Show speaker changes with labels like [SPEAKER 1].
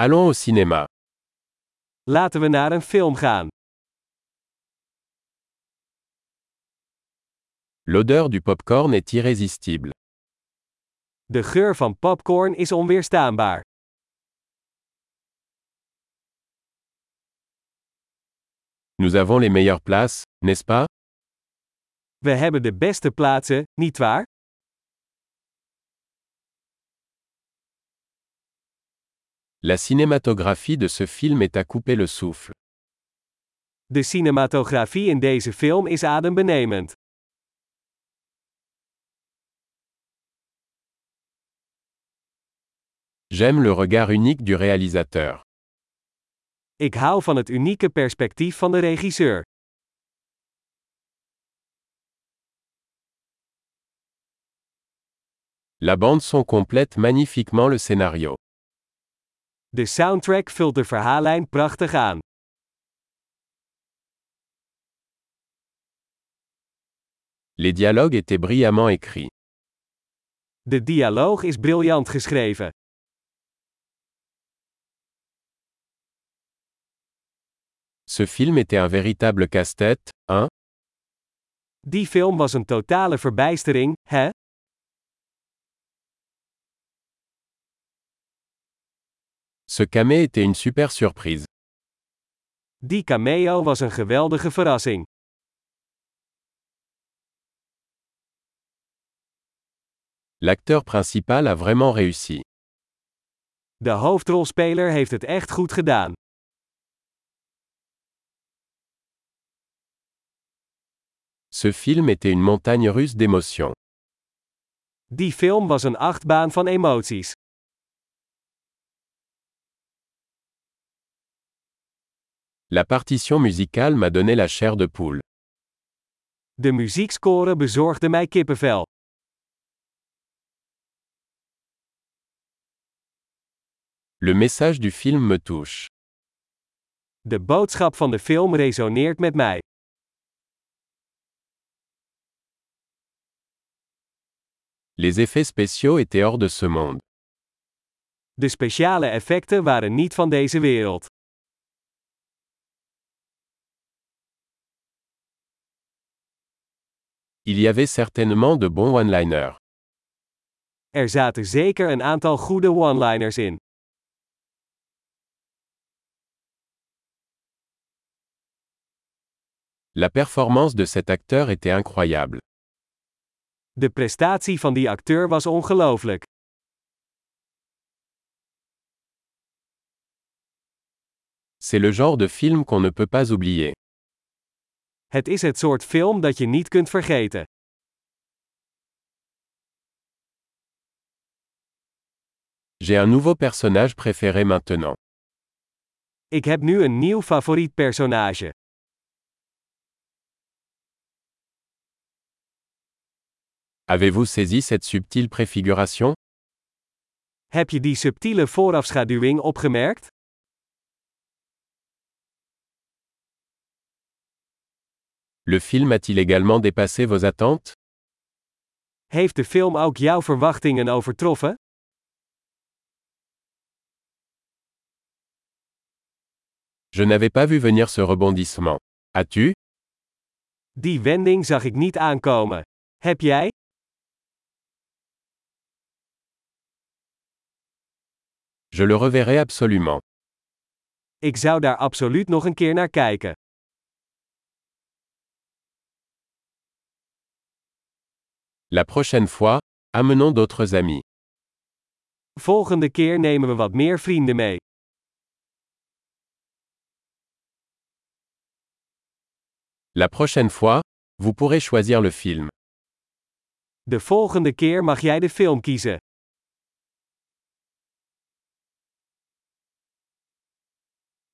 [SPEAKER 1] Allons au cinéma.
[SPEAKER 2] Laten we naar een film gaan.
[SPEAKER 1] L'odeur du popcorn est irrésistible.
[SPEAKER 2] De geur van popcorn is onweerstaanbaar.
[SPEAKER 1] Nous avons les meilleures places, n'est-ce pas
[SPEAKER 2] We hebben de beste plaatsen, nietwaar?
[SPEAKER 1] La cinématographie de ce film est à couper le souffle.
[SPEAKER 2] De cinematografie in deze film is adembenemend.
[SPEAKER 1] J'aime le regard unique du réalisateur.
[SPEAKER 2] Ik hou van het unieke perspectief van de regisseur.
[SPEAKER 1] La bande son complète magnifiquement le scénario.
[SPEAKER 2] De soundtrack vult de verhaallijn prachtig aan.
[SPEAKER 1] Les dialogues étaient brillamment écrits.
[SPEAKER 2] De dialoog is briljant geschreven.
[SPEAKER 1] Ce film était un véritable casse-tête, hein
[SPEAKER 2] Die film was een totale verbijstering, hè?
[SPEAKER 1] Ce camé était une super surprise.
[SPEAKER 2] Die cameo was een geweldige verrassing.
[SPEAKER 1] L'acteur principal a vraiment réussi.
[SPEAKER 2] De hoofdrolspeler heeft het echt goed gedaan.
[SPEAKER 1] Ce film était une montagne russe d'émotions.
[SPEAKER 2] Die film was een achtbaan van emoties.
[SPEAKER 1] La partition musicale m'a donné la chair de poule.
[SPEAKER 2] De muziekscore bezorgde mij kippenvel.
[SPEAKER 1] Le message du film me touche.
[SPEAKER 2] De boodschap van de film resoneert met mij.
[SPEAKER 1] Les effets spéciaux étaient hors de ce monde.
[SPEAKER 2] De speciale effecten waren niet van deze wereld.
[SPEAKER 1] Il y avait certainement de bons one-liners.
[SPEAKER 2] Er zaten zeker een aantal goede one-liners in.
[SPEAKER 1] La performance de cet acteur était incroyable.
[SPEAKER 2] De prestatie van die acteur was ongelooflijk.
[SPEAKER 1] C'est le genre de film qu'on ne peut pas oublier.
[SPEAKER 2] Het is het soort film dat je niet kunt vergeten.
[SPEAKER 1] J'ai un nouveau personnage préféré maintenant.
[SPEAKER 2] Ik heb nu een nieuw favoriet personage.
[SPEAKER 1] Avez-vous saisi cette subtile préfiguration
[SPEAKER 2] Heb je die subtiele voorafschaduwing opgemerkt?
[SPEAKER 1] Le film a-t-il également dépassé vos attentes
[SPEAKER 2] Heeft de film ook jouw verwachtingen overtroffen?
[SPEAKER 1] Je n'avais pas vu venir ce rebondissement. As-tu
[SPEAKER 2] Die wending zag ik niet aankomen. Heb jij?
[SPEAKER 1] Je le reverrai absolument.
[SPEAKER 2] Ik zou daar absoluut nog een keer naar kijken.
[SPEAKER 1] La prochaine fois, amenons d'autres amis.
[SPEAKER 2] Volgende keer nemen we wat meer vrienden mee.
[SPEAKER 1] La prochaine fois, vous pourrez choisir le film.
[SPEAKER 2] De volgende keer mag jij de film kiezen.